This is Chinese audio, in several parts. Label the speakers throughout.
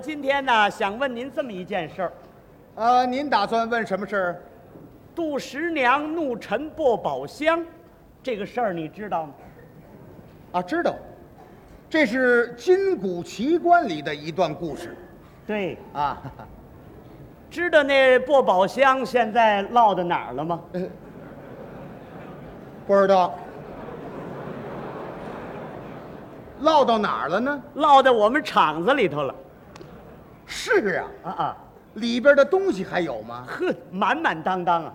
Speaker 1: 今天呢，想问您这么一件事儿：
Speaker 2: 呃，您打算问什么事儿？
Speaker 1: 杜十娘怒沉薄宝箱，这个事儿你知道吗？
Speaker 2: 啊，知道，这是《金谷奇观》里的一段故事
Speaker 1: 对，
Speaker 2: 啊。
Speaker 1: 知道那薄宝箱现在落到哪儿了吗？
Speaker 2: 呃不知道，落到哪儿了呢？
Speaker 1: 落到我们厂子里头了。
Speaker 2: 是啊，
Speaker 1: 啊啊，
Speaker 2: 里边的东西还有吗？
Speaker 1: 呵，满满当当啊！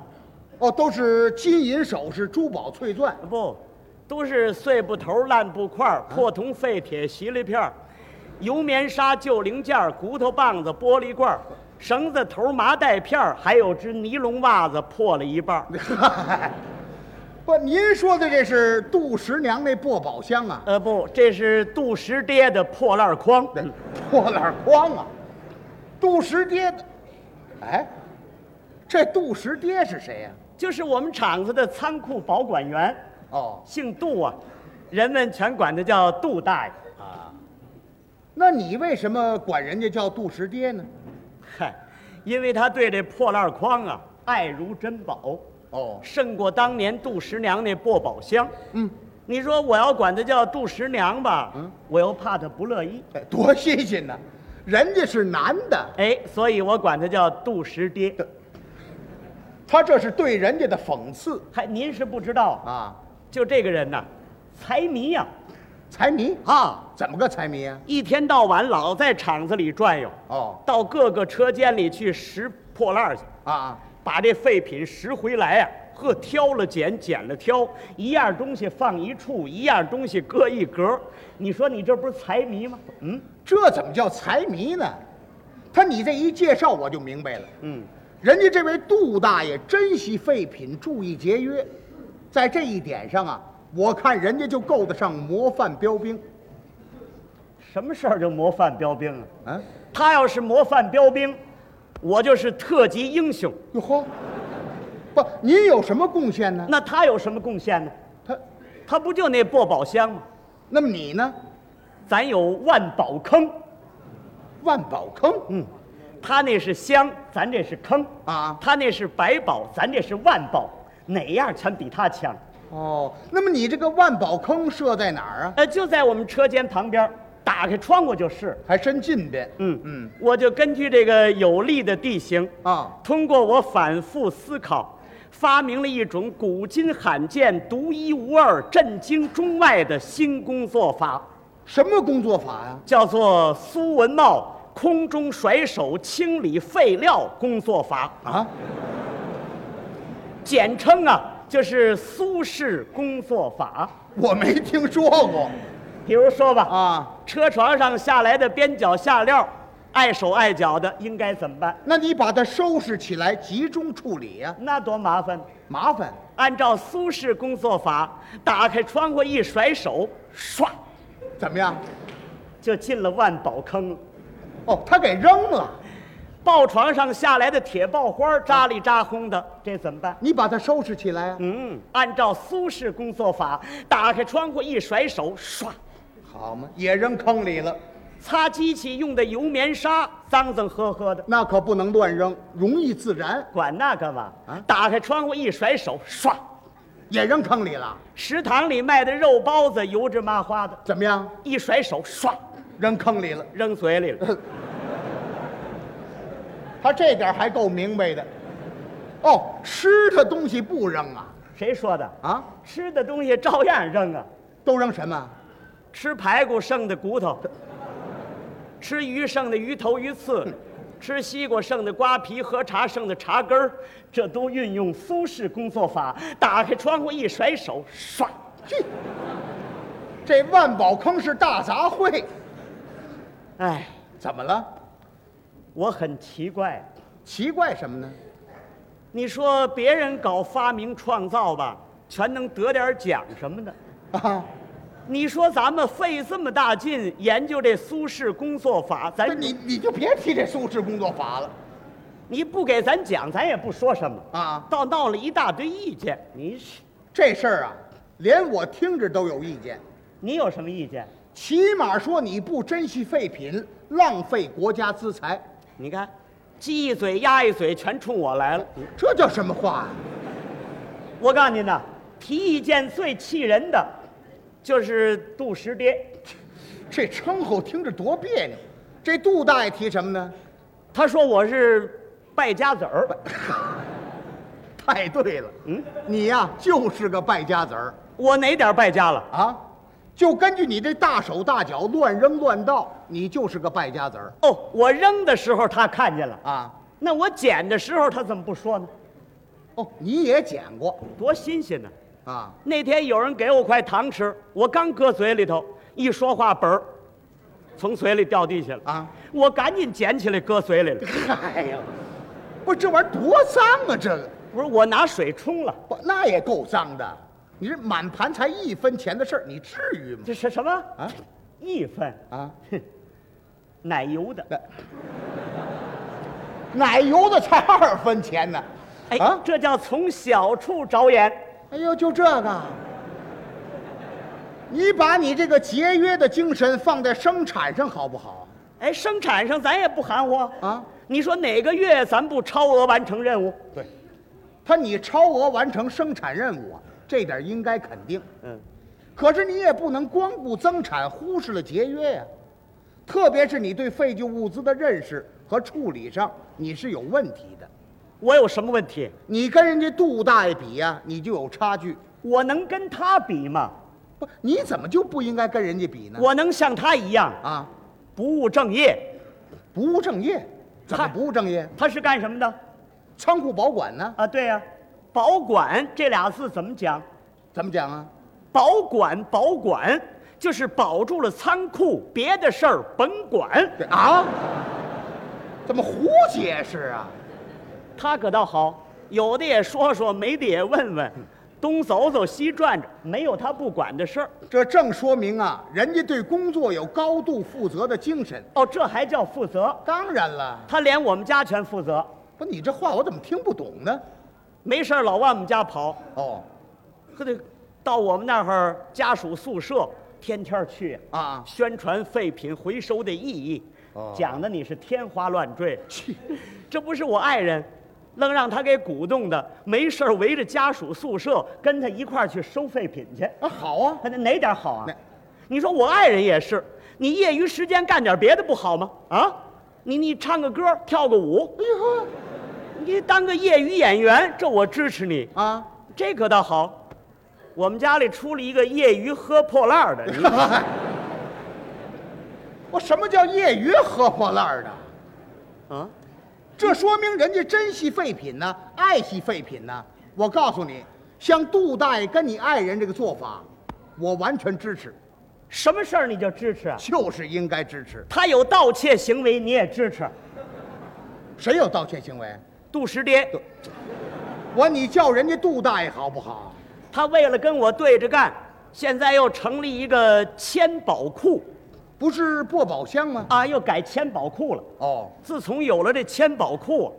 Speaker 2: 哦，都是金银首饰、珠宝、翠钻。
Speaker 1: 不，啊都是碎布头、烂布块儿、破铜废铁、锡粒片儿、油棉纱、旧零件儿、骨头棒子、玻璃罐儿、绳子头、麻袋片儿，还有只尼龙袜子破了一半儿。
Speaker 2: 嗨不，您说的这是杜十娘那破宝箱啊，
Speaker 1: 呃，不，这是杜十爹的破烂筐。
Speaker 2: 破烂筐啊，杜十爹的，哎，这杜十爹是谁呀、
Speaker 1: 就是我们厂子的仓库保管员，
Speaker 2: 哦，
Speaker 1: 姓杜啊，人们全管他叫杜大爷。
Speaker 2: 那你为什么管人家叫杜十爹呢？
Speaker 1: 嗨，因为他对这破烂筐啊爱如珍宝，
Speaker 2: 哦，
Speaker 1: 胜过当年杜十娘那破宝箱。
Speaker 2: 嗯，
Speaker 1: 你说我要管他叫杜十娘吧，
Speaker 2: 嗯
Speaker 1: 我又怕他不乐意，
Speaker 2: 哎多新鲜呐！人家是男的，
Speaker 1: 哎，所以我管他叫杜十爹。
Speaker 2: 他这是对人家的讽刺
Speaker 1: 嗨，您是不知道，
Speaker 2: 啊！
Speaker 1: 就这个人呐，财迷啊呀、
Speaker 2: 财迷，
Speaker 1: 啊
Speaker 2: 怎么个财迷啊？
Speaker 1: 一天到晚老在厂子里转悠，
Speaker 2: 哦，
Speaker 1: 到各个车间里去拾破烂儿去，
Speaker 2: 啊，
Speaker 1: 把这废品拾回来呀、呵，挑了捡，捡了挑，一样东西放一处，一样东西搁一格。你说你这不是财迷吗？嗯
Speaker 2: 这怎么叫财迷呢？他你这一介绍我就明白了，
Speaker 1: 嗯，
Speaker 2: 人家这位杜大爷珍惜废品，注意节约，在这一点上啊，我看人家就够得上模范标兵。
Speaker 1: 什么事儿就模范标兵啊？
Speaker 2: 嗯，
Speaker 1: 他要是模范标兵，我就是特级英雄。
Speaker 2: 哟呵，不，您有什么贡献呢？
Speaker 1: 那他有什么贡献呢？
Speaker 2: 他，
Speaker 1: 他不就那薄宝箱吗？
Speaker 2: 那么你呢？
Speaker 1: 咱有万宝坑，
Speaker 2: 万宝坑，嗯
Speaker 1: 他那是箱，咱这是坑。
Speaker 2: 啊，
Speaker 1: 他那是百宝，咱这是万宝，哪样全比他强。
Speaker 2: 哦，那么你这个万宝坑设在哪儿啊？
Speaker 1: 呃，就在我们车间旁边，打开窗户就是。
Speaker 2: 还真近便。
Speaker 1: 嗯
Speaker 2: 嗯，
Speaker 1: 我就根据这个有利的地形，
Speaker 2: 啊，
Speaker 1: 通过我反复思考，发明了一种古今罕见、独一无二、震惊中外的新工作法，
Speaker 2: 什么工作法啊呀、
Speaker 1: 叫做苏文茂空中甩手清理废料工作法，
Speaker 2: 啊？
Speaker 1: 简称啊就是苏式工作法。
Speaker 2: 我没听说过
Speaker 1: 比如说吧，
Speaker 2: 啊。
Speaker 1: 车床上下来的边角下料，碍手碍脚的，应该怎么办？
Speaker 2: 那你把它收拾起来，集中处理呀、
Speaker 1: 那多麻烦！
Speaker 2: 麻烦。
Speaker 1: 按照苏式工作法，打开窗户一甩手，唰，
Speaker 2: 怎么样？
Speaker 1: 就进了万宝坑了。
Speaker 2: 哦，他给扔了，
Speaker 1: 抱床上下来的铁爆花，扎里扎轰的，这怎么办？
Speaker 2: 你把它收拾起来呀、啊
Speaker 1: 嗯，按照苏式工作法，打开窗户一甩手，唰，
Speaker 2: 好嘛，也扔坑里了，
Speaker 1: 擦机器用的油棉纱，脏脏呵呵的，
Speaker 2: 那可不能乱扔，容易自燃，
Speaker 1: 管那干嘛
Speaker 2: 啊？
Speaker 1: 打开窗户一甩手，唰，
Speaker 2: 也扔坑里了。
Speaker 1: 食堂里卖的肉包子油脂麻花的，
Speaker 2: 怎么样？
Speaker 1: 一甩手，唰，
Speaker 2: 扔坑里了。
Speaker 1: 扔嘴里了。
Speaker 2: 他这点还够明白的。哦，吃的东西不扔啊
Speaker 1: 谁说的？
Speaker 2: 啊，
Speaker 1: 吃的东西照样扔啊。
Speaker 2: 都扔什么？
Speaker 1: 吃排骨剩的骨头，吃鱼剩的鱼头鱼刺，吃西瓜剩的瓜皮，喝茶剩的茶根儿，这都运用苏式工作法。打开窗户一甩手，
Speaker 2: 唰，嘿，这万宝坑是大杂烩，
Speaker 1: 哎，
Speaker 2: 怎么了？
Speaker 1: 我很奇怪。
Speaker 2: 奇怪什么呢？
Speaker 1: 你说别人搞发明创造吧，全能得点奖什么的。
Speaker 2: 啊，
Speaker 1: 你说咱们费这么大劲研究这苏式工作法，
Speaker 2: 不是
Speaker 1: 咱
Speaker 2: 哎你你就别提这苏式工作法了
Speaker 1: 你不给咱讲，咱也不说什么，
Speaker 2: 啊！
Speaker 1: 倒闹了一大堆意见。你是
Speaker 2: 这事儿啊，连我听着都有意见。
Speaker 1: 你有什么意见？
Speaker 2: 起码说你不珍惜废品，浪费国家资财，
Speaker 1: 你看，鸡一嘴鸭一嘴，全冲我来了。
Speaker 2: 这叫什么话呀、
Speaker 1: 我告诉您呐，提意见最气人的，就是杜十爹。
Speaker 2: 这称呼听着多别扭。这杜大爷提什么呢？
Speaker 1: 他说我是败家子儿，
Speaker 2: 太对了，嗯，你呀、就是个败家子儿
Speaker 1: 我哪点败家了？
Speaker 2: 啊，就根据你这大手大脚乱扔乱倒，你就是个败家子儿
Speaker 1: 哦，我扔的时候他看见了，
Speaker 2: 啊。
Speaker 1: 那我捡的时候他怎么不说呢？
Speaker 2: 哦，你也捡过
Speaker 1: 多新鲜呢！
Speaker 2: 啊？
Speaker 1: 那天有人给我块糖吃，我刚搁嘴里头，一说话本儿从嘴里掉地下了
Speaker 2: 啊！
Speaker 1: 我赶紧捡起来搁嘴里了，
Speaker 2: 哎呀，不是这玩意儿多脏啊！这个
Speaker 1: 不是我拿水冲了，
Speaker 2: 不那也够脏的。你这满盘才一分钱的事儿，你至于吗？
Speaker 1: 这是什么
Speaker 2: 啊？
Speaker 1: 一分
Speaker 2: 啊，
Speaker 1: 奶油的，
Speaker 2: 奶油的才二分钱呢。
Speaker 1: 哎，
Speaker 2: 啊，
Speaker 1: 这叫从小处着眼。
Speaker 2: 哎呦，就这个。你把你这个节约的精神放在生产上好不好？
Speaker 1: 哎，生产上咱也不含糊
Speaker 2: 啊。
Speaker 1: 你说哪个月咱不超额完成任务？
Speaker 2: 对，他你超额完成生产任务啊，这点应该肯定。
Speaker 1: 嗯，
Speaker 2: 可是你也不能光顾增产，忽视了节约呀、特别是你对废旧物资的认识和处理上，你是有问题的。
Speaker 1: 我有什么问题？
Speaker 2: 你跟人家杜大爷比呀、你就有差距。
Speaker 1: 我能跟他比吗？
Speaker 2: 不，你怎么就不应该跟人家比呢？
Speaker 1: 我能像他一样
Speaker 2: 啊，
Speaker 1: 不务正业？
Speaker 2: 不务正业，怎么
Speaker 1: 嗨
Speaker 2: 不务正业？
Speaker 1: 他是干什么的？
Speaker 2: 仓库保管呢？
Speaker 1: 啊，对呀、保管这俩字怎么讲？
Speaker 2: 怎么讲啊？
Speaker 1: 保管，保管，就是保住了仓库，别的事儿甭管。
Speaker 2: 这啊，怎么胡解释啊？
Speaker 1: 他可倒好，有的也说说，没的也问问，东走走西转转，没有他不管的事儿。
Speaker 2: 这正说明啊，人家对工作有高度负责的精神。
Speaker 1: 哦，这还叫负责？
Speaker 2: 当然了，
Speaker 1: 他连我们家全负责，
Speaker 2: 不，你这话我怎么听不懂呢？
Speaker 1: 没事儿老往我们家跑，
Speaker 2: 哦，
Speaker 1: 可得到我们那儿家属宿舍天天儿去
Speaker 2: 啊
Speaker 1: 宣传废品回收的意义，
Speaker 2: 哦
Speaker 1: 讲的你是天花乱坠。
Speaker 2: 去，
Speaker 1: 这不是我爱人，愣让他给鼓动的，没事儿围着家属宿舍跟他一块儿去收废品去。
Speaker 2: 啊，好啊，
Speaker 1: 他那哪点好啊
Speaker 2: 哪？
Speaker 1: 你说我爱人也是，你业余时间干点别的不好吗？啊，你你唱个歌，跳个舞，
Speaker 2: 哎呦
Speaker 1: 你当个业余演员，这我支持你。
Speaker 2: 呵，啊，
Speaker 1: 这可倒好，我们家里出了一个业余喝破烂儿的，你
Speaker 2: 我什么叫业余喝破烂儿的？
Speaker 1: 啊，
Speaker 2: 这说明人家珍惜废品呢，爱惜废品呢。我告诉你，像杜大爷跟你爱人这个做法，我完全支持，
Speaker 1: 什么事儿你就支持啊？
Speaker 2: 就是应该支持。
Speaker 1: 他有盗窃行为，你也支持？
Speaker 2: 谁有盗窃行为？
Speaker 1: 杜十爹，
Speaker 2: 我你叫人家杜大爷好不好？
Speaker 1: 他为了跟我对着干，现在又成立一个千宝库
Speaker 2: 不是破宝箱吗？
Speaker 1: 啊，又改千宝库了。
Speaker 2: 哦，
Speaker 1: 自从有了这千宝库，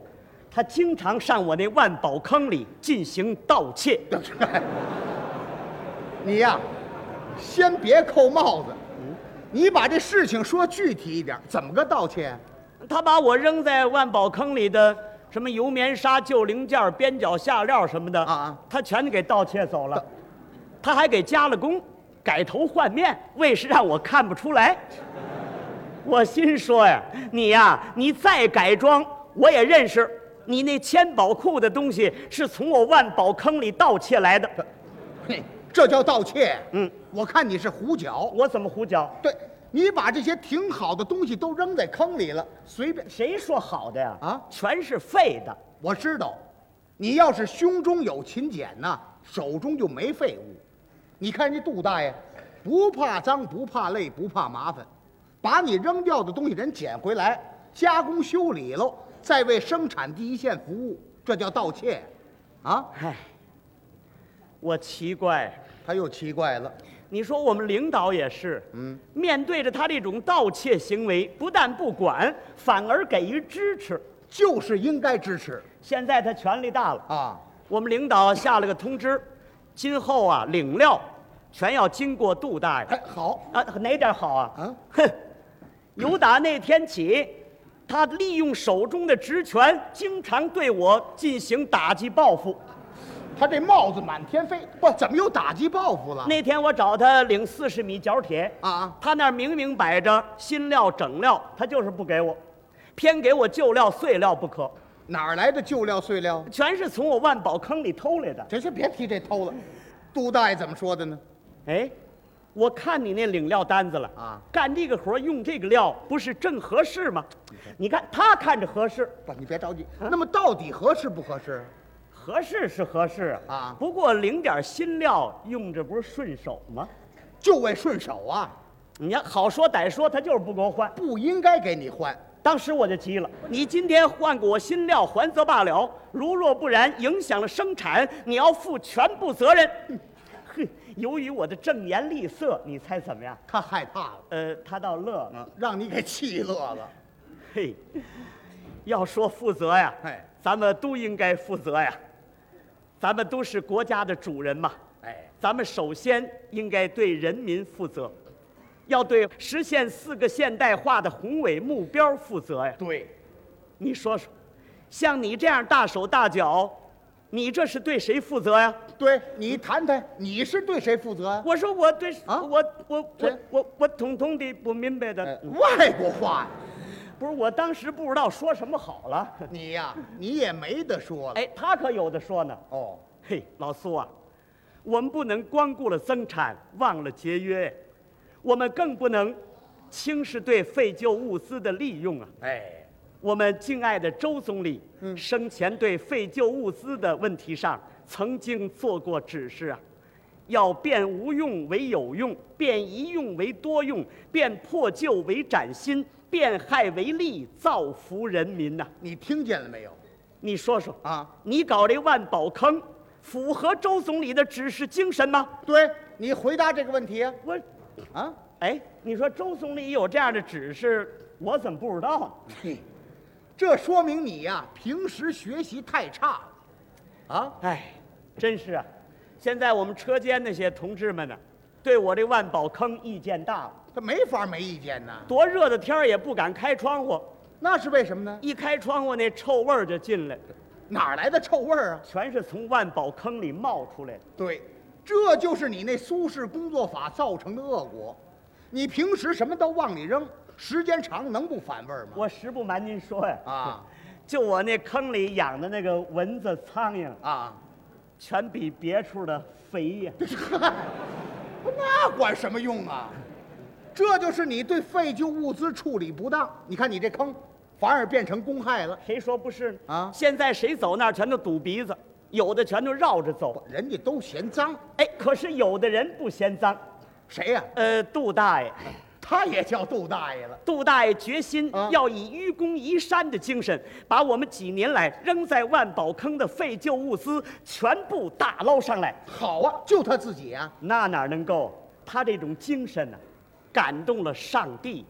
Speaker 1: 他经常上我那万宝坑里进行盗窃。
Speaker 2: 你呀、先别扣帽子，你把这事情说具体一点，怎么个盗窃？
Speaker 1: 他把我扔在万宝坑里的什么油棉纱、旧零件、边角下料什么的
Speaker 2: 啊
Speaker 1: 他全给盗窃走了。他还给加了工，改头换面，为是让我看不出来。我心说呀，你呀、你再改装，我也认识。你那千宝库的东西是从我万宝坑里盗窃来的，
Speaker 2: 嘿，这叫盗窃。
Speaker 1: 嗯，
Speaker 2: 我看你是胡搅。
Speaker 1: 我怎么胡搅？
Speaker 2: 对，你把这些挺好的东西都扔在坑里了，随便。
Speaker 1: 谁说好的呀？
Speaker 2: 啊
Speaker 1: 全是废的。
Speaker 2: 我知道，你要是胸中有勤俭呐、手中就没废物。你看人家杜大爷，不怕脏，不怕累，不怕麻烦，把你扔掉的东西人捡回来，加工修理喽，再为生产第一线服务，这叫盗窃，啊！
Speaker 1: 唉，我奇怪，
Speaker 2: 他又奇怪了，
Speaker 1: 你说我们领导也是，嗯，面对着他这种盗窃行为，不但不管，反而给予支持。
Speaker 2: 就是应该支持
Speaker 1: 现在他权力大了，
Speaker 2: 啊！
Speaker 1: 我们领导下了个通知，今后啊，领料全要经过杜大爷。
Speaker 2: 哎，好，
Speaker 1: 啊，哪点好啊？
Speaker 2: 啊，
Speaker 1: 哼，由打那天起，他利用手中的职权，经常对我进行打击报复。
Speaker 2: 他这帽子满天飞，不怎么又打击报复了？
Speaker 1: 那天我找他领四十米角铁
Speaker 2: 啊
Speaker 1: 他那儿明明摆着新料整料，他就是不给我，偏给我旧料碎料不可，
Speaker 2: 哪儿来的旧料碎料？
Speaker 1: 全是从我万宝坑里偷来的。
Speaker 2: 这些别提这偷了。杜大爷怎么说的呢？
Speaker 1: 哎，我看你那领料单子了
Speaker 2: 啊
Speaker 1: 干这个活儿用这个料不是正合适吗？你看他看着合适，
Speaker 2: 不，你别着急。那么到底合适不合适？
Speaker 1: 合适是合适
Speaker 2: 啊
Speaker 1: 不过领点新料用着不是顺手吗？
Speaker 2: 就为顺手啊，
Speaker 1: 你要好说歹说，他就是不给我换。
Speaker 2: 不应该给你换。
Speaker 1: 当时我就急了，你今天换给我新料，还则罢了；如若不然，影响了生产，你要负全部责任。 哼，由于我的正言厉色，你猜怎么样？
Speaker 2: 他害怕了，
Speaker 1: 呃，他倒乐了。
Speaker 2: 让你给气乐了。
Speaker 1: 嘿，要说负责呀，
Speaker 2: 哎
Speaker 1: 咱们都应该负责呀，咱们都是国家的主人嘛，
Speaker 2: 哎，
Speaker 1: 咱们首先应该对人民负责，要对实现四个现代化的宏伟目标负责呀。
Speaker 2: 对，
Speaker 1: 你说说，像你这样大手大脚，你这是对谁负责呀？
Speaker 2: 对你谈谈，你是对谁负责啊？
Speaker 1: 我说我对，
Speaker 2: 啊
Speaker 1: 我我我
Speaker 2: 对
Speaker 1: 我我统统的不明白的，
Speaker 2: 哎外国话呀，
Speaker 1: 不是我当时不知道说什么好了。
Speaker 2: 你呀、你也没得说了。
Speaker 1: 哎，他可有的说呢。
Speaker 2: 哦，
Speaker 1: 嘿，老苏啊，我们不能光顾了增产，忘了节约，我们更不能轻视对废旧物资的利用啊。
Speaker 2: 哎，
Speaker 1: 我们敬爱的周总理，生前对废旧物资的问题上曾经做过指示啊，要变无用为有用，变一用为多用，变破旧为崭新，变害为利，造福人民呐、
Speaker 2: 你听见了没有？
Speaker 1: 你说说
Speaker 2: 啊，
Speaker 1: 你搞这万宝坑，符合周总理的指示精神吗？
Speaker 2: 对你回答这个问题啊
Speaker 1: 我，
Speaker 2: 啊，
Speaker 1: 哎，你说周总理有这样的指示，我怎么不知道呢？
Speaker 2: 嘿，这说明你呀、平时学习太差了，啊，
Speaker 1: 哎，真是啊！现在我们车间那些同志们呢、对我这万宝坑意见大了。
Speaker 2: 他没法没意见呐。
Speaker 1: 多热的天儿也不敢开窗户，
Speaker 2: 那是为什么呢？
Speaker 1: 一开窗户那臭味儿就进来了，
Speaker 2: 哪儿来的臭味儿啊？
Speaker 1: 全是从万宝坑里冒出来的。
Speaker 2: 对，这就是你那苏式工作法造成的恶果。你平时什么都往里扔，时间长了能不反味儿吗？
Speaker 1: 我实不瞒您说呀，
Speaker 2: 啊
Speaker 1: 就我那坑里养的那个蚊子、苍蝇，
Speaker 2: 啊，
Speaker 1: 全比别处的肥 呀。
Speaker 2: 不那管什么用啊？这就是你对废旧物资处理不当。你看你这坑，反而变成公害了。
Speaker 1: 谁说不是呢？
Speaker 2: 啊
Speaker 1: 现在谁走那儿全都堵鼻子，有的全都绕着走。
Speaker 2: 人家都嫌脏，
Speaker 1: 哎，可是有的人不嫌脏。
Speaker 2: 谁呀、
Speaker 1: 呃，杜大爷，
Speaker 2: 他也叫杜大爷了。
Speaker 1: 杜大爷决心
Speaker 2: 啊
Speaker 1: 要以愚公移山的精神，把我们几年来扔在万宝坑的废旧物资全部打捞上来。
Speaker 2: 好啊，就他自己啊，
Speaker 1: 那哪能够？他这种精神呢、感动了上帝。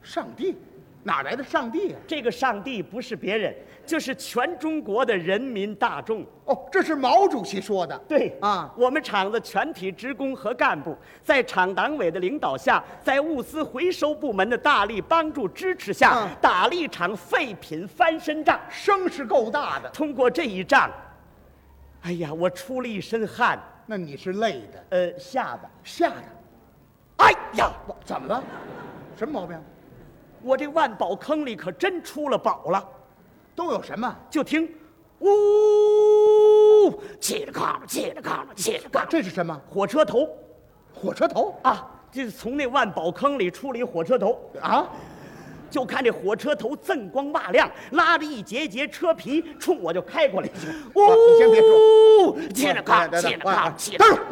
Speaker 2: 上帝，哪来的上帝啊？
Speaker 1: 这个上帝不是别人，就是全中国的人民大众。
Speaker 2: 哦，这是毛主席说的。
Speaker 1: 对
Speaker 2: 啊
Speaker 1: 我们厂子全体职工和干部在厂党委的领导下，在物资回收部门的大力帮助支持下，
Speaker 2: 嗯
Speaker 1: 打了一场废品翻身仗。
Speaker 2: 声势够大的，
Speaker 1: 通过这一仗，哎呀，我出了一身汗，
Speaker 2: 那你是累的，
Speaker 1: 呃，吓得，
Speaker 2: 吓的。
Speaker 1: 哎呀，
Speaker 2: 不怎么了？什么毛病？
Speaker 1: 我这万宝坑里可真出了宝了。
Speaker 2: 都有什么？
Speaker 1: 就听，呜，叽里咔啦，叽里咔啦，叽里咔啦，
Speaker 2: 这是什么？
Speaker 1: 火车头
Speaker 2: 火车头
Speaker 1: 啊，这是从那万宝坑里出了一火车头。
Speaker 2: 啊！
Speaker 1: 就看这火车头锃光瓦亮，拉着一节节车皮冲我就开 过来。呜、
Speaker 2: 啊你先别哎
Speaker 1: 说，接着咔，
Speaker 2: 等
Speaker 1: 接
Speaker 2: 等
Speaker 1: 着
Speaker 2: 等
Speaker 1: 咔，
Speaker 2: 等
Speaker 1: 接着咔
Speaker 2: 等。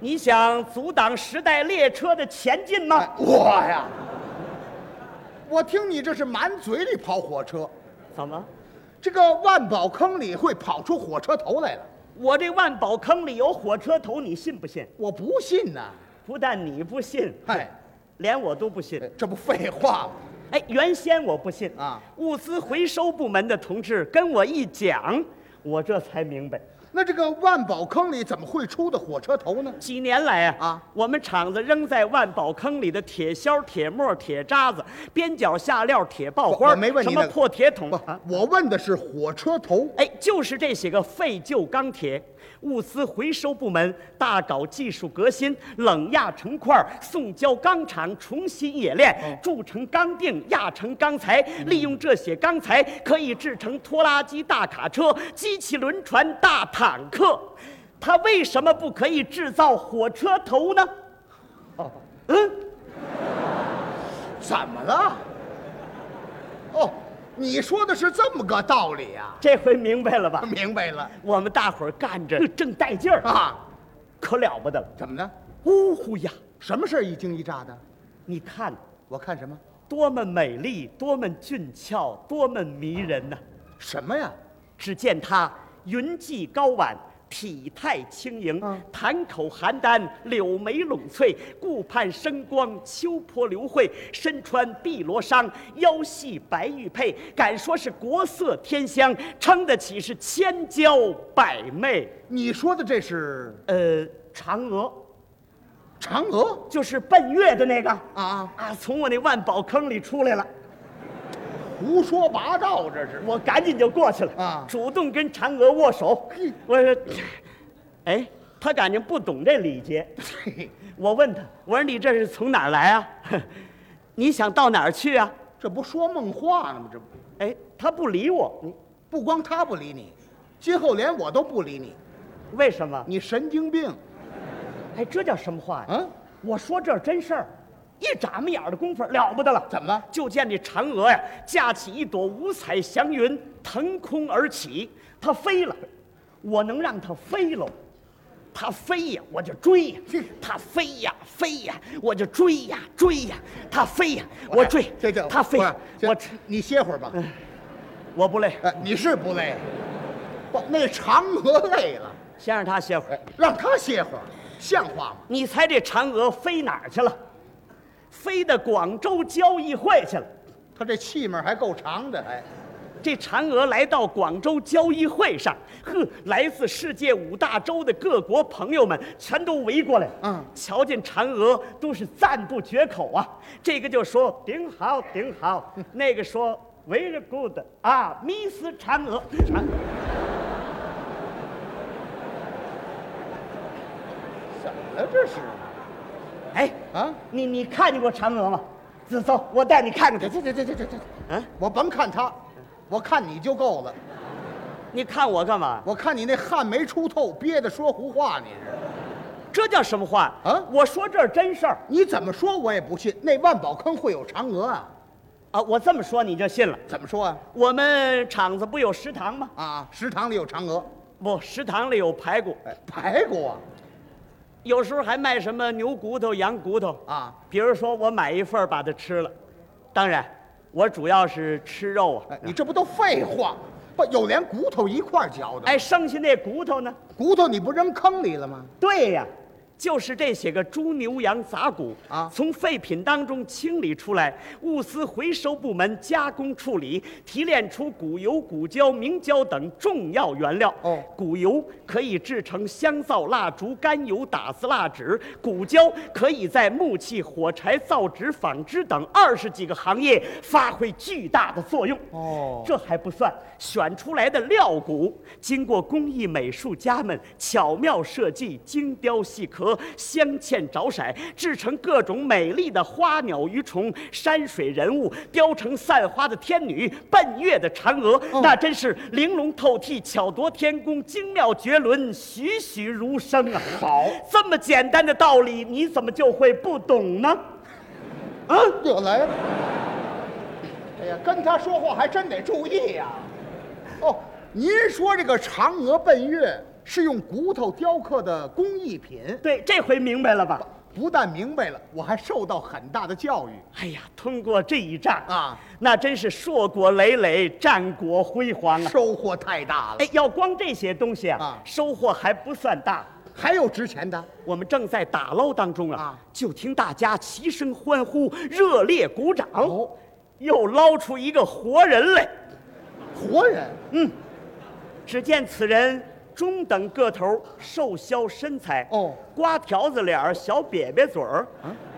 Speaker 1: 你想阻挡时代列车的前进
Speaker 2: 哎
Speaker 1: 吗？
Speaker 2: 我呀，我听你这是满嘴里跑火车，
Speaker 1: 怎么？
Speaker 2: 这个万宝坑里会跑出火车头来了？
Speaker 1: 我这万宝坑里有火车头，你信不信？
Speaker 2: 我不信呐！
Speaker 1: 不但你不信，
Speaker 2: 嗨，
Speaker 1: 连我都不信。
Speaker 2: 这不废话吗？
Speaker 1: 哎，原先我不信
Speaker 2: 啊
Speaker 1: 物资回收部门的同志跟我一讲，我这才明白，
Speaker 2: 那这个万宝坑里怎么会出的火车头呢？
Speaker 1: 几年来啊，
Speaker 2: 啊
Speaker 1: 我们厂子扔在万宝坑里的铁销、铁沫、铁渣子、边角下料、铁爆花，
Speaker 2: 我没问你
Speaker 1: 什么
Speaker 2: 那个
Speaker 1: 破铁桶啊
Speaker 2: 不，，我问的是火车头。
Speaker 1: 哎，就是这些个废旧钢铁，物资回收部门大搞技术革新，冷轧成块儿，送交钢厂重新冶炼，铸成钢锭，压成钢材，利用这些钢材可以制成拖拉机、大卡车、机器轮船、大坦克。它为什么不可以制造火车头呢？嗯，
Speaker 2: 怎么了？哦，你说的是这么个道理啊？
Speaker 1: 这回明白了吧？
Speaker 2: 明白了
Speaker 1: 我们大伙儿干着正带劲儿，
Speaker 2: 啊？
Speaker 1: 可了不得了！
Speaker 2: 怎么呢？
Speaker 1: 呜呼呀，
Speaker 2: 什么事儿一惊一乍的？
Speaker 1: 你看。
Speaker 2: 我看什么？
Speaker 1: 多么美丽，多么俊俏，多么迷人呐！
Speaker 2: 什么呀？
Speaker 1: 只见她云髻高挽，体态轻盈
Speaker 2: 嗯，
Speaker 1: 潭口含丹，柳眉拢翠，顾盼生光，秋波流慧，身穿碧罗裳，腰系白玉佩，敢说是国色天香，称得起是千娇百媚。
Speaker 2: 你说的这是
Speaker 1: 呃，嫦娥
Speaker 2: 嫦娥
Speaker 1: 就是奔月的那个
Speaker 2: 啊？
Speaker 1: 啊，从我那万宝坑里出来了。
Speaker 2: 胡说八道，这是
Speaker 1: 我赶紧就过去了
Speaker 2: 啊
Speaker 1: 主动跟嫦娥握手
Speaker 2: 嘿。
Speaker 1: 我说，哎，他感情不懂这礼节。
Speaker 2: 嘿，
Speaker 1: 我问他，我说你这是从哪儿来啊？ 你想到哪儿去啊？
Speaker 2: 这不说梦话呢吗？这不
Speaker 1: 哎，他不理我，
Speaker 2: 不光他不理你，今后连我都不理你，
Speaker 1: 为什么？
Speaker 2: 你神经病嗯
Speaker 1: 哎，这叫什么话呀？
Speaker 2: 啊？
Speaker 1: 我说这是真事儿，一眨巴眼儿的功夫了不得了。
Speaker 2: 怎么了？
Speaker 1: 就见这嫦娥呀，架起一朵五彩祥云，腾空而起，它飞了，我能让它飞喽。它飞呀，我就追呀
Speaker 2: 哼；
Speaker 1: 它飞呀，飞呀，我就追呀，追呀；它飞呀，我追
Speaker 2: 哎这这；
Speaker 1: 它飞
Speaker 2: 不是，这
Speaker 1: 我嗯
Speaker 2: 你歇会儿吧。
Speaker 1: 我不累，
Speaker 2: 哎，你是不累，不，那嫦娥累了，
Speaker 1: 先让它歇会儿
Speaker 2: 哎。，让她歇会儿，像话吗？
Speaker 1: 你猜这嫦娥飞哪儿去了？飞到广州交易会去了。
Speaker 2: 她这气门还够长的，哎还
Speaker 1: 这嫦娥来到广州交易会上，呵，来自世界五大洲的各国朋友们全都围过来。
Speaker 2: 嗯
Speaker 1: 瞧见嫦娥都是赞不绝口啊。这个就说顶好顶好，那个说 very good 啊，Miss 嫦娥。嫦
Speaker 2: 怎么了这是？
Speaker 1: 哎，
Speaker 2: 啊，
Speaker 1: 你你看见过嫦娥吗？子走，我带你看
Speaker 2: 这
Speaker 1: 看
Speaker 2: 这这这这这这，
Speaker 1: 她。啊，
Speaker 2: 我甭看她，我看你就够了。
Speaker 1: 你看我干嘛？
Speaker 2: 我看你那汗没出透，憋得说胡话，你是？
Speaker 1: 这叫什么话
Speaker 2: 啊
Speaker 1: 我说这是真事儿
Speaker 2: 你怎么说我也不信，那万宝坑会有嫦娥啊？
Speaker 1: 啊！我这么说你就信了。
Speaker 2: 怎么说啊？
Speaker 1: 我们厂子不有食堂吗？
Speaker 2: 啊，食堂里有嫦娥，
Speaker 1: 不，食堂里有排骨，
Speaker 2: 哎，排骨啊，
Speaker 1: 有时候还卖什么牛骨头、羊骨头。
Speaker 2: 啊，
Speaker 1: 比如说，我买一份儿把它吃了，当然，我主要是吃肉啊。
Speaker 2: 哎，你这不都废话？不，有连骨头一块儿嚼的。
Speaker 1: 哎，剩下那骨头呢？
Speaker 2: 骨头你不扔坑里了吗？
Speaker 1: 对呀，就是这些个猪、牛、羊杂骨
Speaker 2: 啊
Speaker 1: 从废品当中清理出来，物资回收部门加工处理，提炼出骨油、骨胶、明胶等重要原料。
Speaker 2: 哦
Speaker 1: 骨油可以制成香皂、蜡烛、甘油、打字蜡纸；骨胶可以在木器、火柴、造纸、纺织等二十几个行业发挥巨大的作用。
Speaker 2: 哦
Speaker 1: 这还不算，选出来的料骨经过工艺美术家们巧妙设计、精雕细刻、镶嵌着色，制成各种美丽的花鸟鱼虫、山水人物，雕成散花的天女、奔月的嫦娥，那真是玲珑透剔、巧夺天工、精妙绝伦、栩栩如生啊！
Speaker 2: 好
Speaker 1: 这么简单的道理，你怎么就会不懂呢？啊，
Speaker 2: 又来了。哎呀，跟他说话还真得注意呀、哦，您说这个嫦娥奔月是用骨头雕刻的工艺品，
Speaker 1: 对，这回明白了吧？
Speaker 2: 不但明白了，我还受到很大的教育。
Speaker 1: 哎呀，通过这一仗
Speaker 2: 啊，
Speaker 1: 那真是硕果累累，战果辉煌啊！
Speaker 2: 收获太大了，
Speaker 1: 哎，要光这些东西啊，
Speaker 2: 啊
Speaker 1: 收获还不算大。
Speaker 2: 还有值钱的，
Speaker 1: 我们正在打捞当中啊，
Speaker 2: 啊
Speaker 1: 就听大家齐声欢呼，热烈鼓掌，
Speaker 2: 哦
Speaker 1: 又捞出一个活人来。
Speaker 2: 活人
Speaker 1: 只见此人中等个头，瘦削身材，
Speaker 2: 哦，
Speaker 1: 瓜条子脸儿，小瘪瘪嘴儿，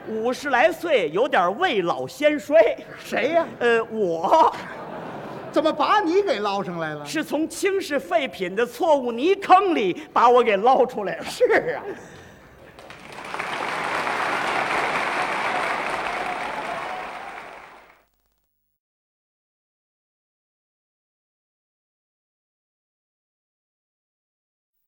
Speaker 1: 五十来岁，有点未老先衰。
Speaker 2: 谁呀、
Speaker 1: 呃，我
Speaker 2: 怎么把你给捞上来了？
Speaker 1: 是从轻视废品的错误泥坑里把我给捞出来了。
Speaker 2: 是啊，